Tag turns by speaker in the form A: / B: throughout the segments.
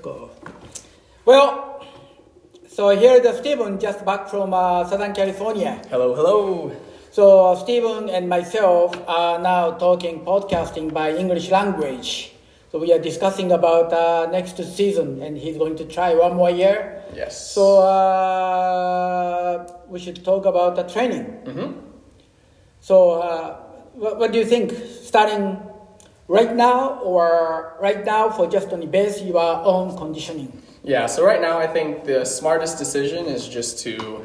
A: go.
B: Well, so here is Stephen just back from uh, Southern California.
A: Hello, hello.
B: So Stephen and myself are now talking podcasting by English language. So we are discussing about uh, next season, and he's going to try one more year.
A: Yes.
B: So uh, we should talk about the training. So uh, what, what do you think? Starting right now, or right now for just on the base your own conditioning?
A: Yeah, so right now I think the smartest decision is just to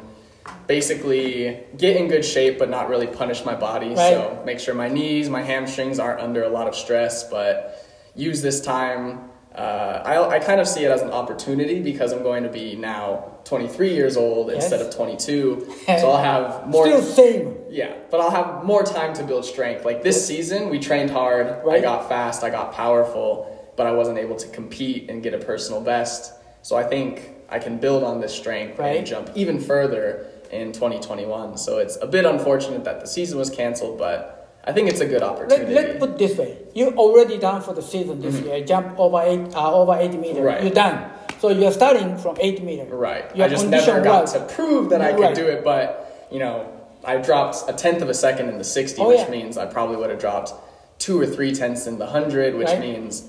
A: basically get in good shape but not really punish my body. So
B: Right.
A: make sure my knees, my hamstrings aren't under a lot of stress, but use this time. Uh, I, I kind of see it as an opportunity because I'm going to be now 23 years old
B: Yes.
A: instead of 22. So I'll have more.
B: Still same.
A: Yeah, but I'll have more time to build strength. Like this season, we trained hard. I
B: Right.
A: got fast. I got powerful, but I wasn't able to compete and get a personal best. So I think I can build on this strength
B: Right.
A: and jump even further in 2021. So it's a bit unfortunate that the season was canceled, but I think it's a good
B: Let,
A: opportunity.
B: let's put this way. You already done for the season this year. Jump over eight, uh, over eight meters.
A: Mm-hmm. Right.
B: You're done. So you're starting from eight meters.
A: right.
B: Your
A: I just
B: condition
A: never got
B: was-
A: to prove that I could
B: Right.
A: do it, but you know, I dropped a tenth of a second in the 60,
B: Oh,
A: which
B: yeah.
A: means I probably would have dropped two or three tenths in the 100, which
B: Right.
A: means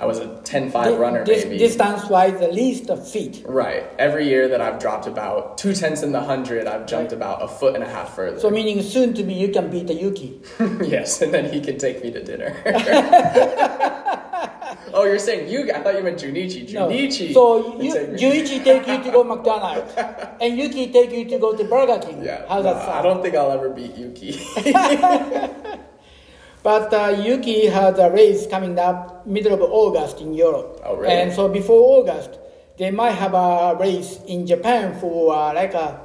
A: I was a 10 5
B: Thi-
A: runner,
B: this,
A: maybe.
B: Distance wise, the least of feet.
A: Right. Every year that I've dropped about two tenths in the 100, I've jumped about a foot and a half further.
B: So meaning soon to be you can beat the Yuki.
A: yes, and then he can take me to dinner. oh, you're saying you? I thought you meant Junichi.
B: No.
A: Junichi.
B: So
A: can
B: you,
A: take me-
B: Yuichi take you to go McDonald's, and Yuki take you to go to Burger King.
A: Yeah.
B: How's
A: nah,
B: that
A: I
B: sound?
A: don't think I'll ever beat Yuki.
B: But uh, Yuki has a race coming up middle of August in Europe.
A: Oh, really?
B: And so before August, they might have a race in Japan for uh, like a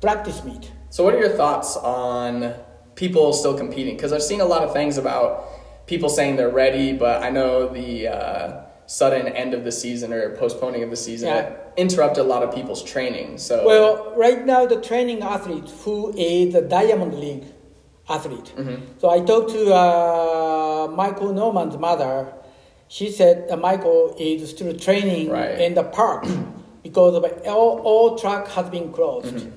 B: practice meet.
A: So, what are your thoughts on people still competing? Because I've seen a lot of things about people saying they're ready, but I know the uh, sudden end of the season or postponing of the season
B: Yeah.
A: interrupted a lot of people's training. So,
B: Well, right now the training athlete who is a Diamond League athlete.
A: Mm-hmm.
B: So I talked to uh, Michael Norman's mother. She said that Michael is still training
A: Right.
B: in the park because of all, all track has been closed.
A: Mm-hmm.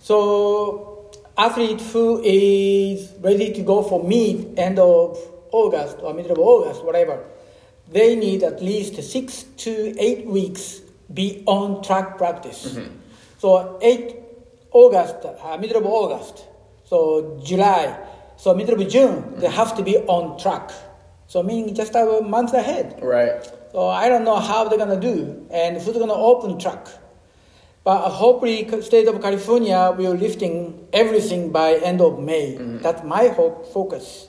B: So athlete who is ready to go for meet end of August or middle of August, whatever, they need at least six to eight weeks beyond track practice. So eight August, uh, middle of August, so July, so middle of June, they have to be on track. So meaning just a month ahead.
A: right.
B: So I don't know how they're gonna do and who's gonna open truck. But hopefully, c- state of California will lifting everything by end of May.
A: Mm-hmm.
B: That's my hope focus.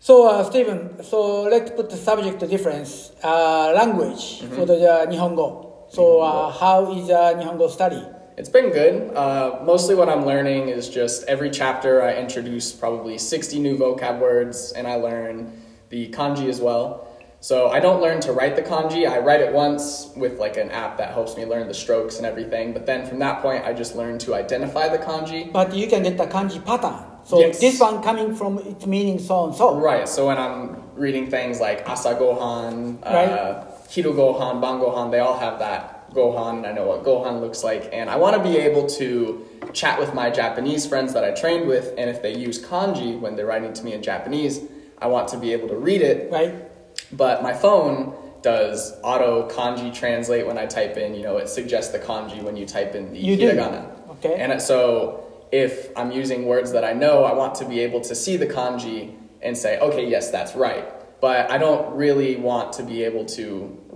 B: So uh, Stephen, so let's put the subject difference uh, language
A: Mm-hmm.
B: for the uh, Nihongo. So uh, how is uh, Nihongo study?
A: It's been good. Uh, mostly what I'm learning is just every chapter I introduce probably 60 new vocab words and I learn the kanji as well. So I don't learn to write the kanji. I write it once with like an app that helps me learn the strokes and everything. But then from that point, I just learn to identify the kanji.
B: But you can get the kanji pattern. So
A: Yes.
B: this one coming from its meaning so and so.
A: Oh, Right. So when I'm reading things like asa gohan, uh,
B: Right.
A: hiro gohan, ban gohan, they all have that gohan, and I know what gohan looks like. And I want to be able to chat with my Japanese friends that I trained with, and if they use kanji when they're writing to me in Japanese, I want to be able to read it
B: Right.
A: but my phone does auto kanji translate when I type in, you know, it suggests the kanji when you type in the
B: You do?
A: hiragana.
B: Okay.
A: And uh, so if I'm using words that I know, I want to be able to see the kanji and say, okay, yes, that's right. But I don't really want to be able to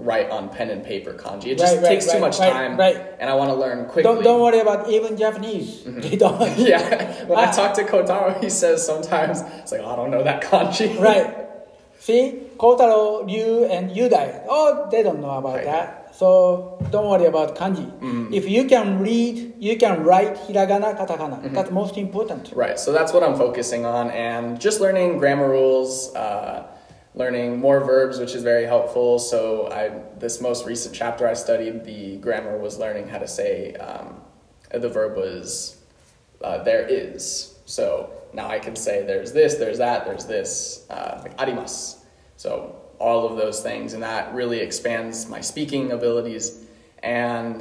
A: write on pen and paper kanji. It just
B: Right, right,
A: takes too
B: right,
A: much
B: right,
A: time,
B: right.
A: and I want to learn quickly.
B: Don't don't worry about even Japanese. They don't.
A: Mm-hmm. Yeah, when I
B: Ah.
A: talk to Kotaro, he says sometimes it's like, "Oh, I don't know that kanji.
B: Right. See, Kotaro, Ryu, and Yudai, oh, they don't know about
A: Right. Mm.
B: that. So don't worry about kanji. If you can read, you can write hiragana, katakana.
A: Mm-hmm.
B: That's most important.
A: Right, so that's what I'm focusing on, and just learning grammar rules, uh, learning more verbs, which is very helpful. So, I this most recent chapter I studied, the grammar was learning how to say um, the verb was uh, there is. So now I can say there's this, there's that, there's this, uh, like arimas. So all of those things, and that really expands my speaking abilities. And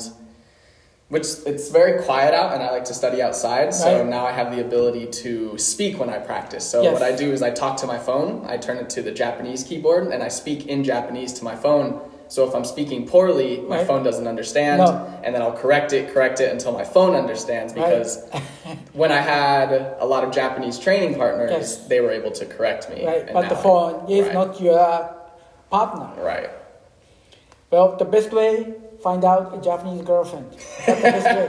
A: which it's very quiet out, and I like to study outside. So
B: Right.
A: now I have the ability to speak when I practice. So
B: Yes.
A: what I do is I talk to my phone, I turn it to the Japanese keyboard, and I speak in Japanese to my phone. So if I'm speaking poorly, my
B: Right.
A: phone doesn't understand,
B: No.
A: and then I'll correct it, correct it until my phone understands
B: Right.
A: because when I had a lot of Japanese training partners,
B: Yes.
A: they were able to correct me.
B: right?
A: and
B: But the
A: now I-
B: phone is
A: right,
B: not your partner.
A: right.
B: Well, the best way find out a Japanese girlfriend. That's the best way.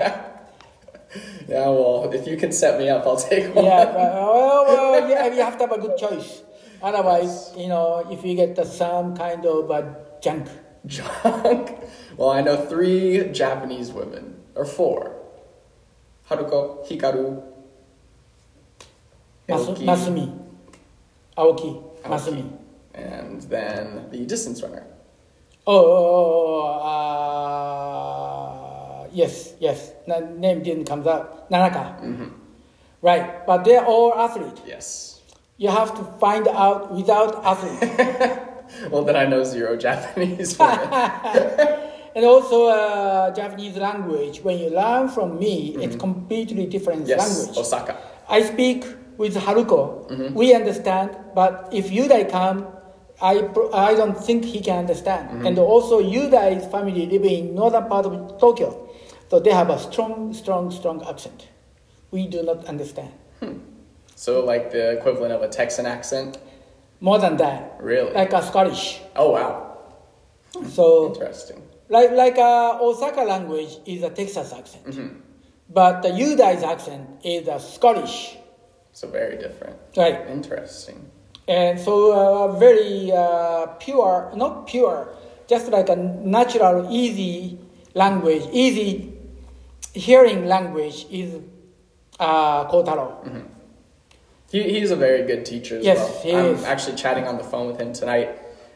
A: Yeah, well, if you can set me up, I'll take one.
B: yeah, but, uh, well, well, yeah, you have to have a good choice. Otherwise, you know, if you get the some kind of uh, junk,
A: Junk. Well, I know three Japanese women or four. Haruko, Hikaru,
B: Mas-
A: Aoki,
B: Masumi, Aoki,
A: Aoki,
B: Masumi.
A: and then the distance runner.
B: Oh, oh, oh, uh, yes, yes. Na- name didn't come up. Nanaka. Right, but they're all athlete.
A: Yes.
B: You have to find out without athlete.
A: Well, then I know zero Japanese women.
B: and also, uh, Japanese language. When you learn from me, it's completely different
A: yes,
B: language.
A: Osaka.
B: I speak with Haruko. We understand, but if Yudai come, I, pro- I don't think he can understand. And also Yudai's family live in northern part of Tokyo, so they have a strong, strong, strong accent. We do not understand.
A: So, like the equivalent of a Texan accent.
B: More than that,
A: Really?
B: like Oh. a Scottish.
A: Oh, wow.
B: So,
A: Interesting.
B: like like a Osaka language is a Texas accent, but the Yudai's accent is a Scottish,
A: So, very different.
B: right?
A: Interesting.
B: And so uh, very uh, pure, not pure, just like a natural, easy language, easy hearing language is uh, Kotaro.
A: Mm-hmm. He, he's a very good teacher as
B: Yes,
A: well.
B: he
A: I'm
B: is.
A: actually chatting on the phone with him tonight.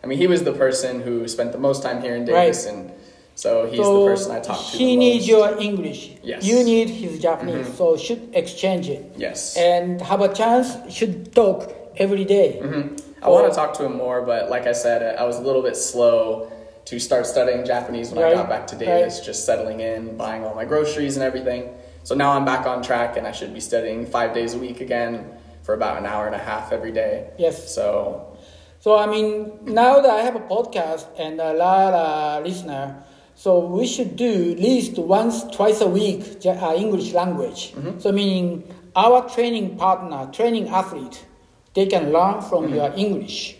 A: I mean, he was the person who spent the most time here in Davis, and so he's
B: so
A: the person I talked to.
B: He
A: the
B: needs
A: most.
B: your English.
A: Yes. Mm-hmm.
B: You need his Japanese. So should exchange it.
A: Yes.
B: And have a chance, should talk every
A: Mm-hmm.
B: day.
A: Hmm. I want to talk to him more, but like I said, I was a little bit slow to start studying Japanese when I
B: Right,
A: got back to
B: right.
A: Davis, just settling in, buying all my groceries and everything. So now I'm back on track, and I should be studying five days a week again for about an hour and a half every day.
B: Yes.
A: So
B: So I mean, now that I have a podcast and a lot of listener, so we should do at least once, twice a week Ja- uh, English language. So meaning our training partner, training athlete, they can learn from your English.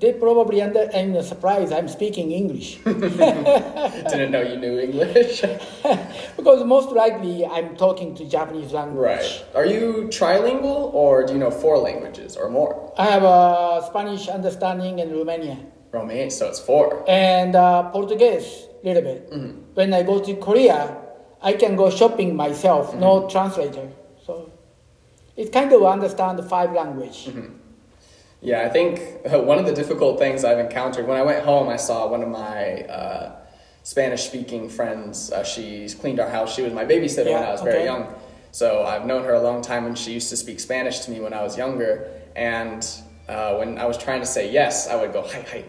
B: They probably under and surprise I'm speaking English
A: didn't know you knew English.
B: because most likely I'm talking to Japanese language.
A: right. Are you trilingual or do you know four languages or more?
B: I have a Spanish understanding and Romanian.
A: Romanian, so it's four.
B: and uh, Portuguese a little bit.
A: Mm-hmm.
B: When I go to Korea, I can go shopping myself,
A: Mm-hmm.
B: no translator. So it's kind of understand the five language.
A: Mm-hmm. Yeah, I think uh, one of the difficult things I've encountered when I went home, I saw one of my uh, Spanish speaking friends. Uh, she's cleaned our house. She was my babysitter when
B: Yeah,
A: I was very
B: okay.
A: young. So I've known her a long time, and she used to speak Spanish to me when I was younger. And uh, when I was trying to say yes, I would go, hi, hi.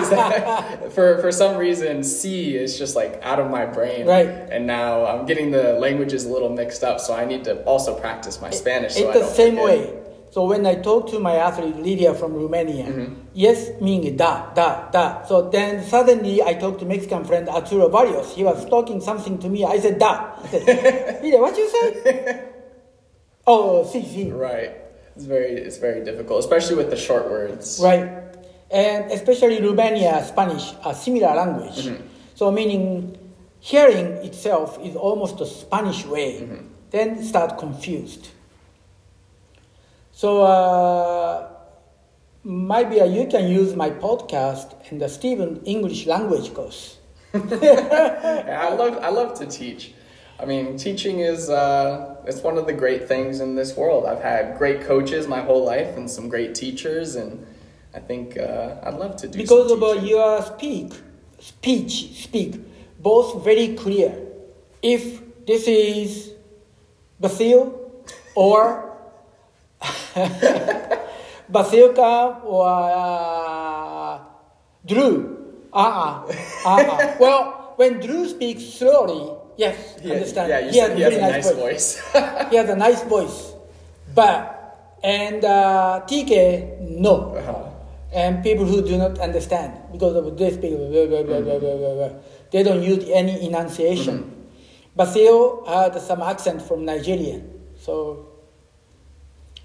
A: 'Cause that- for, for some reason, C is just like out of my brain.
B: Right.
A: And now I'm getting the languages a little mixed up, so I need to also practice my Spanish. so
B: it's
A: I
B: the
A: don't
B: same
A: forget.
B: way. So when I talk to my athlete Lydia from Romania,
A: Mm-hmm.
B: yes meaning da da da. So then suddenly I talk to Mexican friend Arturo Barrios. He was talking something to me. I said da. He said, Lydia, what you say? oh, si si.
A: Right. It's very it's very difficult, especially with the short words.
B: Right. And especially Romania, Spanish are similar language. So meaning hearing itself is almost a Spanish way. Then start confused. So uh, maybe uh, you can use my podcast and the Stephen English language course.
A: I love I love to teach. I mean, teaching is uh, it's one of the great things in this world. I've had great coaches my whole life and some great teachers, and I think uh, I'd love to do.
B: because of
A: some
B: uh,
A: teaching.
B: your speak, speech, speak, both very clear. If this is Basil or Basilka or uh, Drew. Ah, ah, ah, ah. Well, when Drew speaks slowly, yes,
A: He-
B: understand.
A: Yeah, you
B: he
A: said he has a
B: very
A: nice voice.
B: he has a nice voice, but and uh, TK no,
A: Uh-huh.
B: and people who do not understand because of this people blah, blah, blah, blah, blah, blah, blah. they don't use any enunciation.
A: Mm-hmm.
B: Basil had some accent from Nigeria, so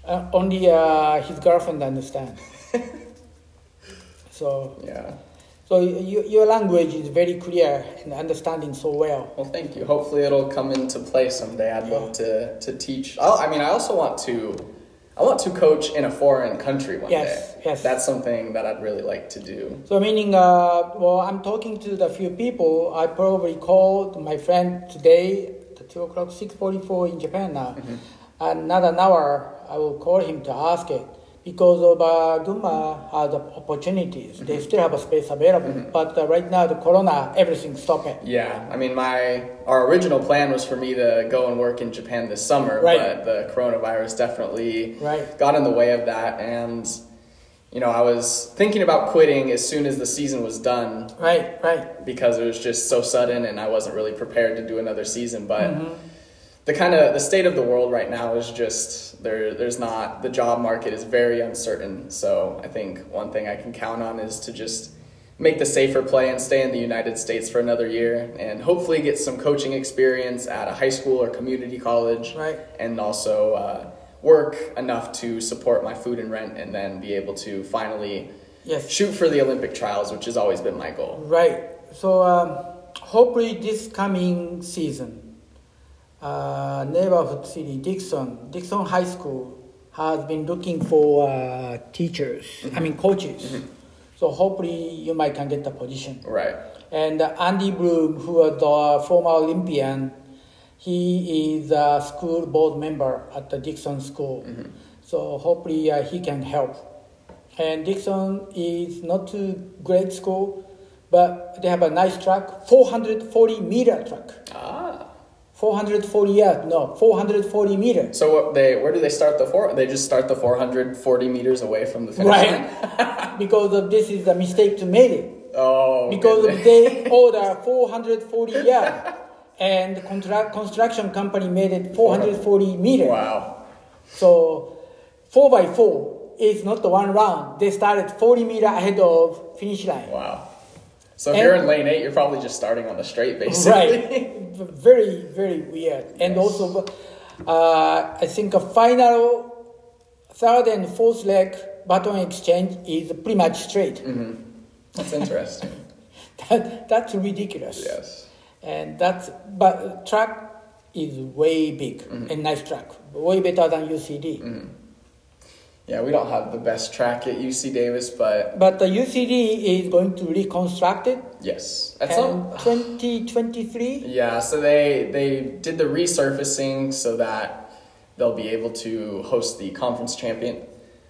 B: uh, only uh, his girlfriend understand. so,
A: yeah.
B: so you, your language is very clear and understanding so well.
A: Well, thank you. Hopefully, it'll come into play someday. I'd love to to teach. i I mean, I also want to. I want to coach in a foreign country one
B: Yes,
A: day.
B: yes.
A: That's something that I'd really like to do.
B: So meaning, uh, well, I'm talking to the few people. I probably called my friend today at two o'clock, six forty-four in Japan now. Another hour, I will call him to ask it because of uh, Gunma has opportunities. They still have a space available, but uh, right now the Corona, everything stop it.
A: Yeah, I mean, my our original plan was for me to go and work in Japan this summer,
B: Right.
A: but the coronavirus definitely
B: Right.
A: got in the way of that, and you know, I was thinking about quitting as soon as the season was done
B: Right, right.
A: because it was just so sudden, and I wasn't really prepared to do another season, but.
B: Mm-hmm.
A: The kind of the state of the world right now is just there. There's not the job market is very uncertain. So I think one thing I can count on is to just make the safer play and stay in the United States for another year, and hopefully get some coaching experience at a high school or community college,
B: Right.
A: And also uh, work enough to support my food and rent, and then be able to finally
B: Yes.
A: shoot for the Olympic trials, which has always been my goal.
B: Right. So um, hopefully this coming season, uh, neighborhood city Dixon, Dixon High School has been looking for uh, teachers. I mean coaches. So hopefully you might can get the position.
A: Right.
B: And uh, Andy Bloom, who was the former Olympian, he is a school board member at the Dixon School. So hopefully uh, he can help. And Dixon is not too great school, but they have a nice track, 440 meter track.
A: Ah.
B: 440 yard, no, 440 meters.
A: So what they where do they start the four? They just start the 440 meters away from the finish line.
B: Right. because of this is a mistake to make it.
A: Oh.
B: because
A: goodness.
B: they order 440 yard and contract construction company made it 440 meter
A: wow.
B: so 4 by 4 is not the one round they started 40 meter ahead of finish line
A: Wow. So if
B: And-
A: you're in lane eight, you're probably just starting on the straight, basically.
B: right very very weird and also uh, i think a final third and fourth leg baton exchange is pretty much straight
A: Mm-hmm. That's interesting.
B: that, that's ridiculous
A: yes.
B: and that's but track is way big
A: Mm-hmm.
B: and nice track way better than ucd
A: Yeah, we don't have the best track at UC Davis, but
B: but the ucd is going to reconstruct it
A: yes, at some
B: and 2023
A: Yeah, so they they did the resurfacing so that they'll be able to host the conference champion.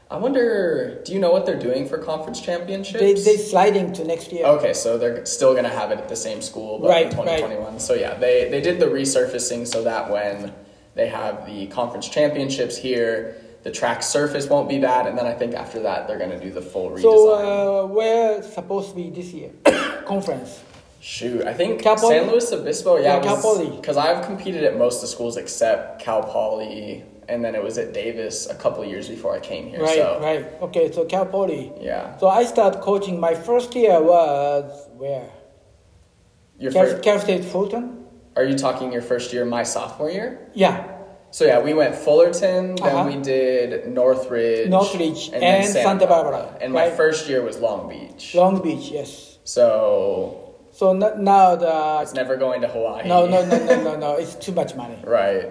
A: I wonder, do you know what they're doing for conference championships?
B: they, they sliding to next year
A: Okay, so they're still going to have it at the same school, but
B: Right,
A: in 2021. So yeah, they they did the resurfacing so that when they have the conference championships here, the track surface won't be bad, and then I think after that they're going to do the full redesign.
B: so uh, we're supposed to be this year conference
A: Shoot, I think
B: Cal Poly?
A: San Luis Obispo.
B: Yeah,
A: Yeah,
B: Cal Poly.
A: Because I've competed at most of the schools except Cal Poly, and then it was at Davis a couple of years before I came here.
B: right
A: so
B: right okay so cal poly
A: yeah,
B: so i started coaching my first year was where
A: your
B: cal,
A: first,
B: cal state fulton
A: are you talking your first year, my sophomore year?
B: yeah
A: So yeah, we went Fullerton, then
B: Uh-huh.
A: we did Northridge,
B: Northridge
A: then
B: and Santa Barbara,
A: and
B: right.
A: my first year was Long Beach.
B: long beach yes
A: so
B: So no- now
A: it's
B: the
A: never going to Hawaii.
B: no no no no no no it's too much money.
A: right.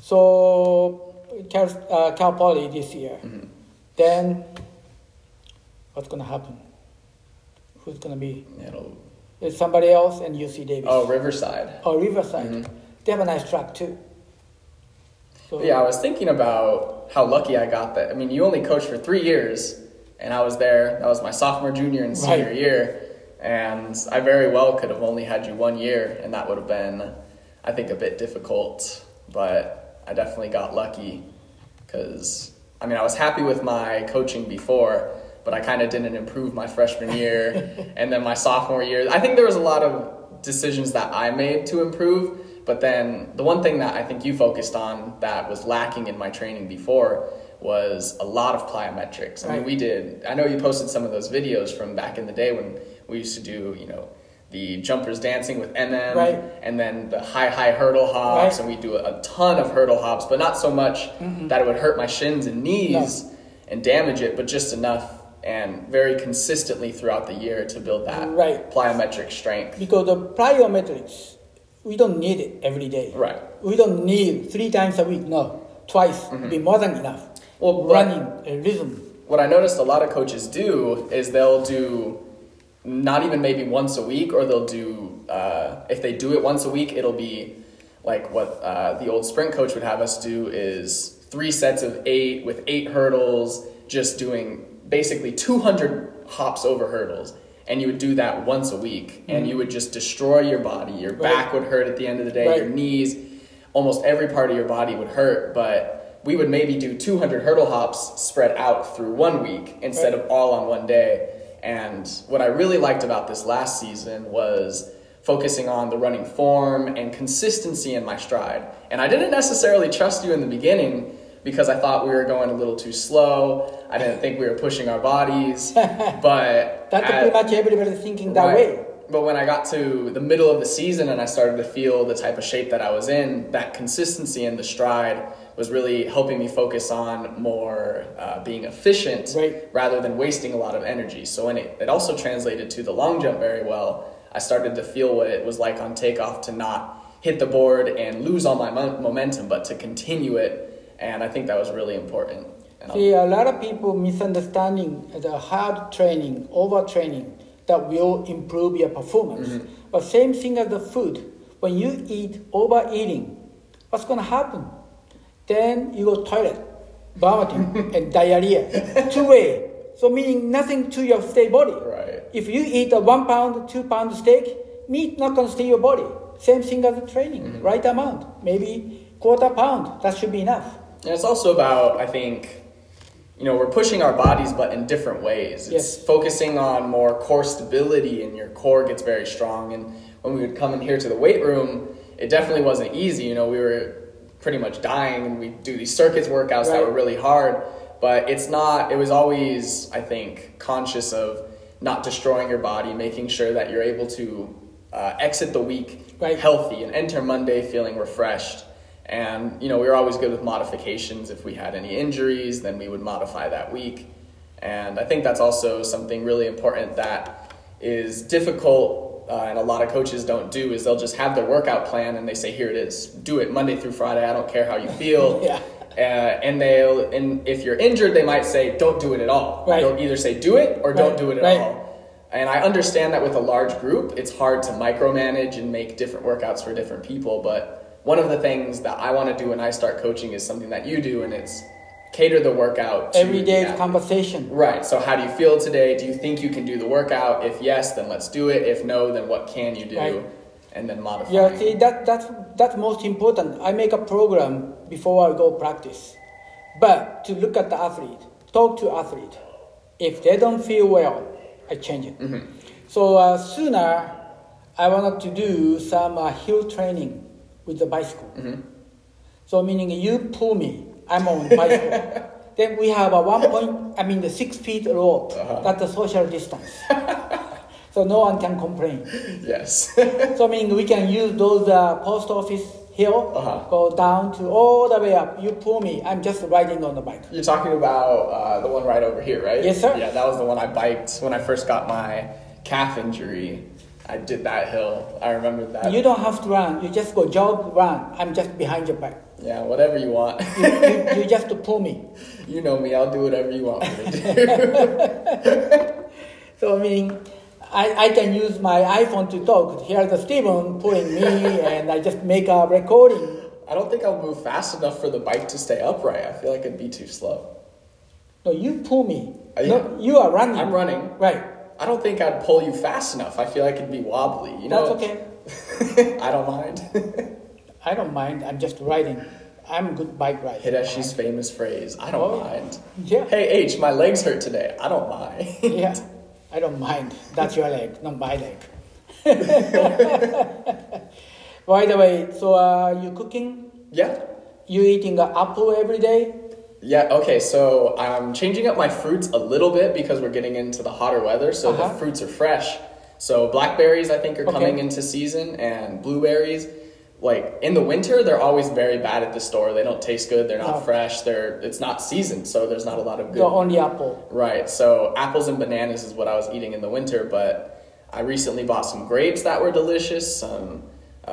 B: So Cal, uh, Cal Poly this year.
A: Mm-hmm.
B: Then what's gonna happen? Who's gonna be?
A: It'll,
B: It's somebody else and UC Davis.
A: oh, Mm-hmm. Riverside.
B: Or Riverside. They have a nice track too. So,
A: Yeah, I was thinking about how lucky I got that. I mean, you only coached for three years, and I was there. That was my sophomore, junior, and senior
B: Right.
A: year. And I very well could have only had you one year, and that would have been, I think, a bit difficult. But I definitely got lucky because, I mean, I was happy with my coaching before, but I kind of didn't improve my freshman year. and then my sophomore year, I think there was a lot of decisions that I made to improve. But then the one thing that I think you focused on that was lacking in my training before was a lot of plyometrics. I mean,
B: Right.
A: we did, I know you posted some of those videos from back in the day when we used to do, you know, the jumpers dancing with MM
B: Right.
A: and then the high, high hurdle
B: Right.
A: hops. And we do a ton of hurdle hops, but not so much that it would hurt my shins and knees and damage it, but just enough and very consistently throughout the year to build that
B: Right.
A: plyometric strength.
B: Because the plyometrics, we don't need it every day.
A: Right.
B: We don't need three times a week. No, twice would be more than enough.
A: Mm-hmm. Well, but-
B: running a rhythm.
A: what I noticed a lot of coaches do is they'll do not even maybe once a week, or they'll do uh, if they do it once a week, it'll be like what uh, the old sprint coach would have us do is three sets of eight with eight hurdles, just doing basically 200 hops over hurdles. And you would do that once a week, and you would just destroy your body. Your back would hurt at the end of the day. Your
B: Right.
A: knees, almost every part of your body would hurt, but we would maybe do 200 hurdle hops spread out through one week instead of all on one day. And what I really liked about this last season was focusing on the running form and consistency in my stride. And I didn't necessarily trust you in the beginning because I thought we were going a little too slow. I didn't think we were pushing our bodies, but
B: That's
A: at-
B: pretty much everybody thinking that
A: Right.
B: way.
A: But when I got to the middle of the season and I started to feel the type of shape that I was in, that consistency in the stride was really helping me focus on more uh, being efficient
B: Right.
A: rather than wasting a lot of energy. So when it, it also translated to the long jump very well, I started to feel what it was like on takeoff to not hit the board and lose all my mo- momentum, but to continue it. And I think that was really important. And I'll-
B: See, a lot of people misunderstanding the hard training, overtraining that will improve your performance. But same thing as the food. When you eat overeating, what's going to happen? Then you go toilet, vomiting, and diarrhea. Two way. So meaning nothing to your stay body.
A: Right.
B: If you eat a one pound, two pound steak, meat not going to stay your body. Same thing as the training. Right amount, maybe quarter pound. That should be enough.
A: And it's also about, I think, you know, we're pushing our bodies, but in different ways. It's
B: Yes.
A: focusing on more core stability, and your core gets very strong. And when we would come in here to the weight room, it definitely wasn't easy. You know, we were pretty much dying, and we do these circuits workouts that
B: Right.
A: were really hard. But it's not. It was always, I think, conscious of not destroying your body, making sure that you're able to uh, exit the week
B: Right.
A: healthy and enter Monday feeling refreshed. And you know, we were always good with modifications. If we had any injuries, then we would modify that week. And I think that's also something really important that is difficult, uh, and a lot of coaches don't do is they'll just have their workout plan and they say, "Here it is, do it Monday through Friday. I don't care how you feel."
B: Yeah.
A: Uh, and they'll, and if you're injured, they might say, "Don't do it at all."
B: Right.
A: They'll either say, "Do it" or "Don't
B: Right,
A: do it at
B: right.
A: all." And I understand that with a large group, it's hard to micromanage and make different workouts for different people. But one of the things that I want to do when I start coaching is something that you do, and it's cater the workout to
B: Every day
A: the athlete.
B: conversation.
A: Right. So, how do you feel today? Do you think you can do the workout? If yes, then let's do it. If no, then what can you do?
B: Right.
A: And then modify.
B: Yeah, see, that, that's, that's most important. I make a program before I go practice. But to look at the athlete, talk to athlete. If they don't feel well, I change it. So uh, sooner, I wanted to do some uh, hill training with the bicycle. So meaning you pull me, I'm on bicycle. then we have a one point, I mean the six feet rope. That's the social distance. so no one can complain.
A: Yes.
B: So I mean, we can use those uh, post office hill,
A: Uh-huh.
B: go down to all the way up. You pull me, I'm just riding on the bike.
A: You're talking about uh, the one right over here, right?
B: Yes, sir.
A: Yeah, that was the one I biked when I first got my calf injury. I did that hill. I remember that.
B: You don't have to run, you just go jog, run. I'm just behind your back.
A: Yeah, whatever you want.
B: You, you, you just pull me.
A: you know me. I'll do whatever you want me to do.
B: So I mean, I, I can use my iPhone to talk. Here's the Steven pulling me, and I just make a recording.
A: I don't think I'll move fast enough for the bike to stay upright. I feel like it'd be too slow.
B: No, you pull me.
A: Are you-
B: No, you are running.
A: I'm running.
B: Right.
A: I don't think I'd pull you fast enough. I feel like it'd be wobbly. You know.
B: That's okay.
A: I don't mind.
B: I don't mind. I'm just riding. I'm good bike rider.
A: Hideshi's famous phrase, I don't
B: Oh, yeah.
A: mind.
B: Yeah.
A: Hey H, my legs hurt today. I don't mind.
B: Yeah, I don't mind. That's your leg, not my leg. By the way, so are you cooking?
A: yeah.
B: You eating an apple every day?
A: Yeah, okay, so I'm changing up my fruits a little bit because we're getting into the hotter weather, so
B: Uh-huh.
A: the fruits are fresh. So blackberries I think are
B: Okay.
A: coming into season and blueberries. Like in the winter they're always very bad at the store. They don't taste good, they're not
B: Oh.
A: fresh, they're it's not seasoned, so there's not a lot of good
B: The only apple.
A: Right. So apples and bananas is what I was eating in the winter, but I recently bought some grapes that were delicious, some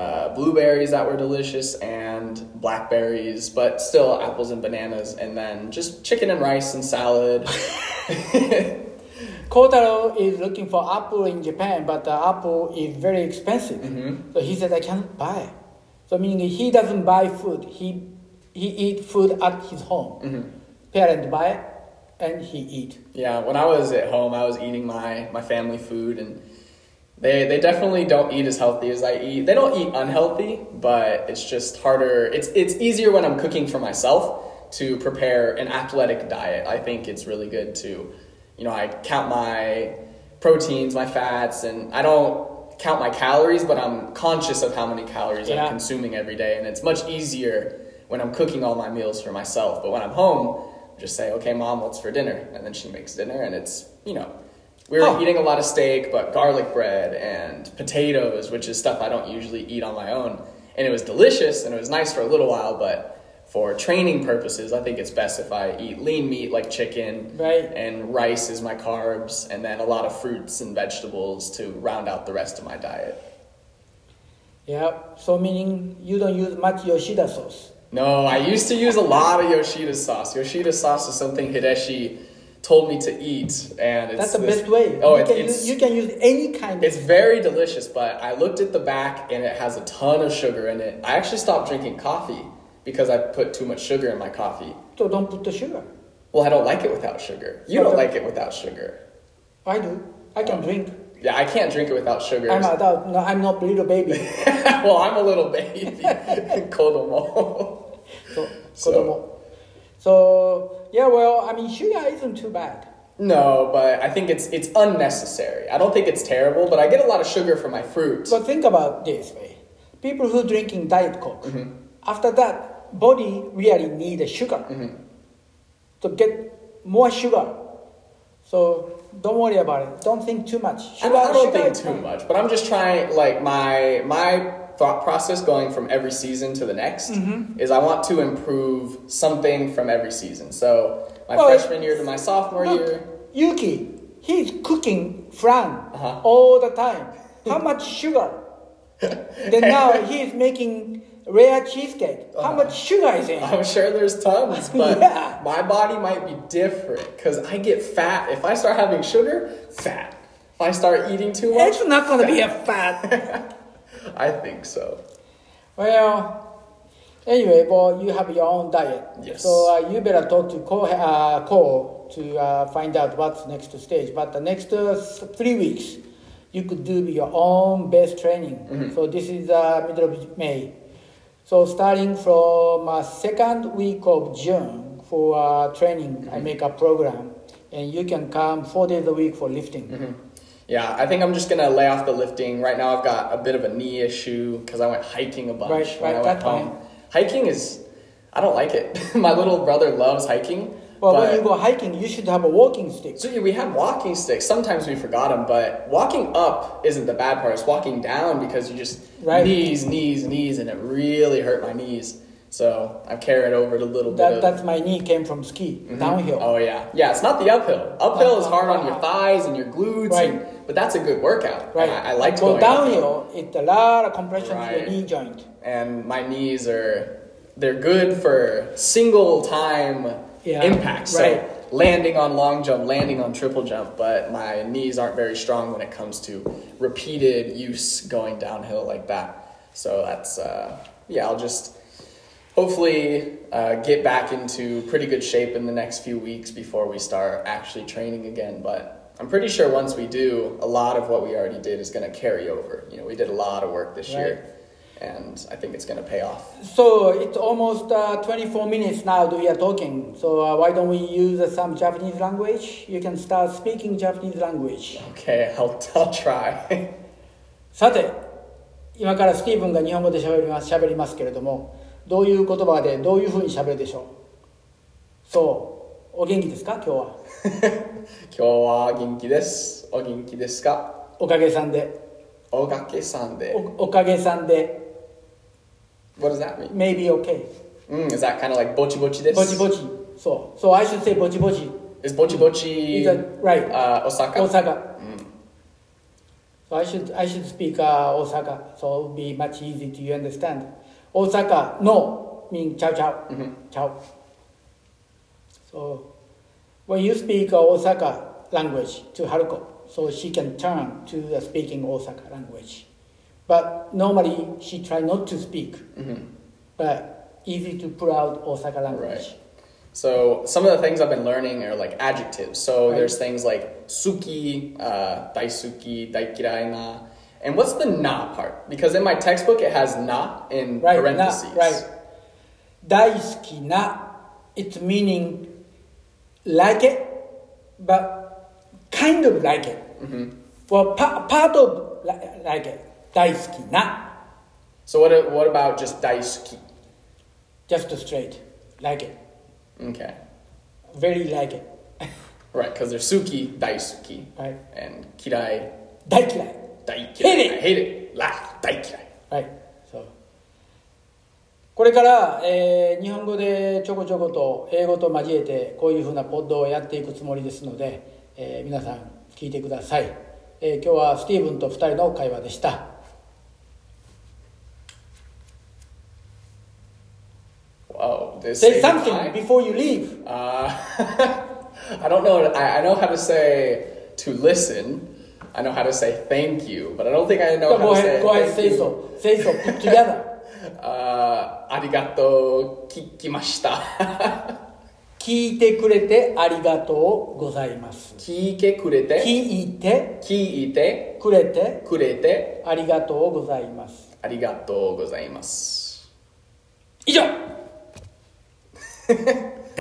A: uh, blueberries that were delicious, and blackberries, but still apples and bananas, and then just chicken and rice and salad.
B: Kotaro is looking for apple in Japan, but the apple is very expensive. So he said, I can't buy. So meaning he doesn't buy food. He he eat food at his home. Parent buy and he eat.
A: yeah, when I was at home, I was eating my, my family food, and they, they definitely don't eat as healthy as I eat. They don't eat unhealthy, but it's just harder. It's, it's easier when I'm cooking for myself to prepare an athletic diet. I think it's really good to, you know, I count my proteins, my fats, and I don't count my calories, but I'm conscious of how many calories
B: Yeah.
A: I'm consuming every day. And it's much easier when I'm cooking all my meals for myself. But when I'm home, just say, okay, mom, what's for dinner? And then she makes dinner, and it's, you know, we were
B: Oh.
A: eating a lot of steak, but garlic bread and potatoes, which is stuff I don't usually eat on my own. And it was delicious and it was nice for a little while, but for training purposes, I think it's best if I eat lean meat like chicken.
B: Right.
A: And rice is my carbs, and then a lot of fruits and vegetables to round out the rest of my diet.
B: Yeah. So meaning you don't use much Yoshida sauce.
A: No, I used to use a lot of Yoshida sauce. Yoshida sauce is something Hideshi told me to eat, and it's
B: That's the
A: this-
B: best way.
A: Oh,
B: you,
A: it's,
B: can
A: it's
B: use, you can use any kind
A: It's
B: of.
A: very delicious, but I looked at the back and it has a ton of sugar in it. I actually stopped drinking coffee because I put too much sugar in my coffee.
B: So don't put the sugar.
A: Well, I don't like it without sugar. You don't
B: Okay.
A: like it without sugar.
B: I do. I can
A: Oh.
B: drink.
A: Yeah, I can't drink it without sugar.
B: I'm adult. No, I'm not little baby.
A: well, I'm a little baby. Kodomo.
B: So,
A: So-
B: so. so yeah. Well, I mean, sugar isn't too bad.
A: No, but I think it's it's unnecessary. I don't think it's terrible, but I get a lot of sugar from my fruit.
B: But think about this way: people who drinking diet coke,
A: Mm-hmm.
B: after that, body really need a sugar
A: Mm-hmm.
B: to get more sugar. So don't worry about it. Don't think too much.
A: I
B: Sugar,
A: don't, I don't
B: sugar
A: think
B: is
A: too
B: fine.
A: much, but I'm just trying like my my thought process going from every season to the next
B: Mm-hmm.
A: is I want to improve something from every season. So my
B: Well,
A: freshman year to my sophomore
B: Look,
A: year.
B: Yuki, he's cooking flan
A: Uh-huh.
B: all the time. How much sugar? then now he's making rare cheesecake. How much sugar is in? it?
A: I'm sure there's tons, but
B: Yeah.
A: my body might be different because I get fat. If I start having sugar, fat. If I start eating too much,
B: It's not gonna be a fat.
A: I think so.
B: well, anyway, well, you have your own diet.
A: Yes.
B: So uh, you better talk to Ko, uh, Ko to uh, find out what's next stage. But the next uh, three weeks, you could do your own best training.
A: Mm-hmm.
B: So this is uh, middle of May. So starting from uh, second week of June for uh, training,
A: Mm-hmm.
B: I make a program, and you can come four days a week for lifting.
A: Mm-hmm. Yeah, I think I'm just gonna lay off the lifting. Right now, I've got a bit of a knee issue because I went hiking a bunch
B: Right,
A: when
B: right,
A: I went
B: that's
A: home. Hiking is, I don't like it. My little brother loves hiking.
B: Well,
A: but,
B: when you go hiking, you should have a walking stick.
A: so yeah, we had walking sticks. Sometimes we forgot them, but walking up isn't the bad part. It's walking down because you just
B: Right.
A: knees, knees, knees, and it really hurt my knees. So I carried over it a little bit.
B: That,
A: of-
B: that's my knee came from ski downhill.
A: Oh yeah, yeah. It's not the uphill. Uphill is hard on your
B: Uh-huh.
A: thighs and your glutes,
B: Right.
A: and, but that's a good workout.
B: Right.
A: And I, I liked
B: go
A: going uphill.
B: downhill. It's a lot of compression to
A: Right.
B: your knee joint.
A: and my knees are they're good for single time
B: Yeah,
A: impacts. So
B: right.
A: landing on long jump, landing on triple jump, but my knees aren't very strong when it comes to repeated use going downhill like that. So that's uh, yeah, I'll just hopefully uh, get back into pretty good shape in the next few weeks before we start actually training again. But I'm pretty sure once we do, a lot of what we already did is going to carry over. You know, we did a lot of work this
B: Right.
A: year. and I think it's going to pay off.
B: So it's almost uh, 24 minutes now that we are talking. So uh, why don't we use uh, some Japanese language? You can start speaking Japanese language.
A: Okay, I'll, I'll try.
B: さて、今からスティーブンが日本語で喋ります喋りますけれども、どういう言葉でどういうふうに喋るでしょうそう、お元気ですか今日は。
A: 今日は元気です。お元気ですか？おかげさんで。
B: おかげさんで。おおかげさんで。
A: What does that mean?
B: Maybe okay.
A: Mm, is that kind of like bochi bochi this?
B: ぼちぼち。そう。So I should say ぼちぼち。
A: Is bochi bochi
B: Is that right?
A: uh, Osaka?
B: 大阪。So I should I should speak、uh, 大阪。So it'll be much easy to you understand. 大阪の mean ちゃうちゃう。ちゃう。So when you speak、uh, 大阪 language to Haruko, so she can turn to the speaking 大阪 language. But normally she try not to speak, but easy to pull out 大阪 language.
A: Right. So some of the things I've been learning are like adjectives. So
B: Right.
A: there's things like suki, uh, daisuki, daikirai na. And what's the na part? Because in my textbook it has na in
B: right,
A: parentheses.
B: na- right. 大好きな it's meaning like it but kind of like it、well pa- part of li- like it 大好きな
A: So what, what about just daisuki?
B: just straight like it
A: Okay.
B: very like it
A: Right, because there's suki, daisuki,
B: right
A: and kirai,
B: 大嫌い
A: daikirai.
B: Hate it.
A: I hate it. La, daikirai.
B: はいそうこれから、えー日本語でちょこちょこと英語と交えてこういうふうなポッドをやっていくつもりですので、えー皆さん聞いてください、えー今日はスティーブンと2人の会話でした
A: Wow, this
B: Say
A: is
B: something
A: mine.
B: before you leave
A: Uh, I don't know. I, I know how to say to listen. I know how to say thank you, but I don't think I know
B: go
A: how to say
B: ahead go ahead
A: thank
B: say
A: you.
B: so say so put together
A: Uh, arigato kikimashita.
B: 聞いてくれてありがとうございます
A: Kike kurete.
B: 聞いて
A: Kiite
B: くれて
A: kurete.
B: ありがとうございます
A: Arigato gozaimasu.
B: 以上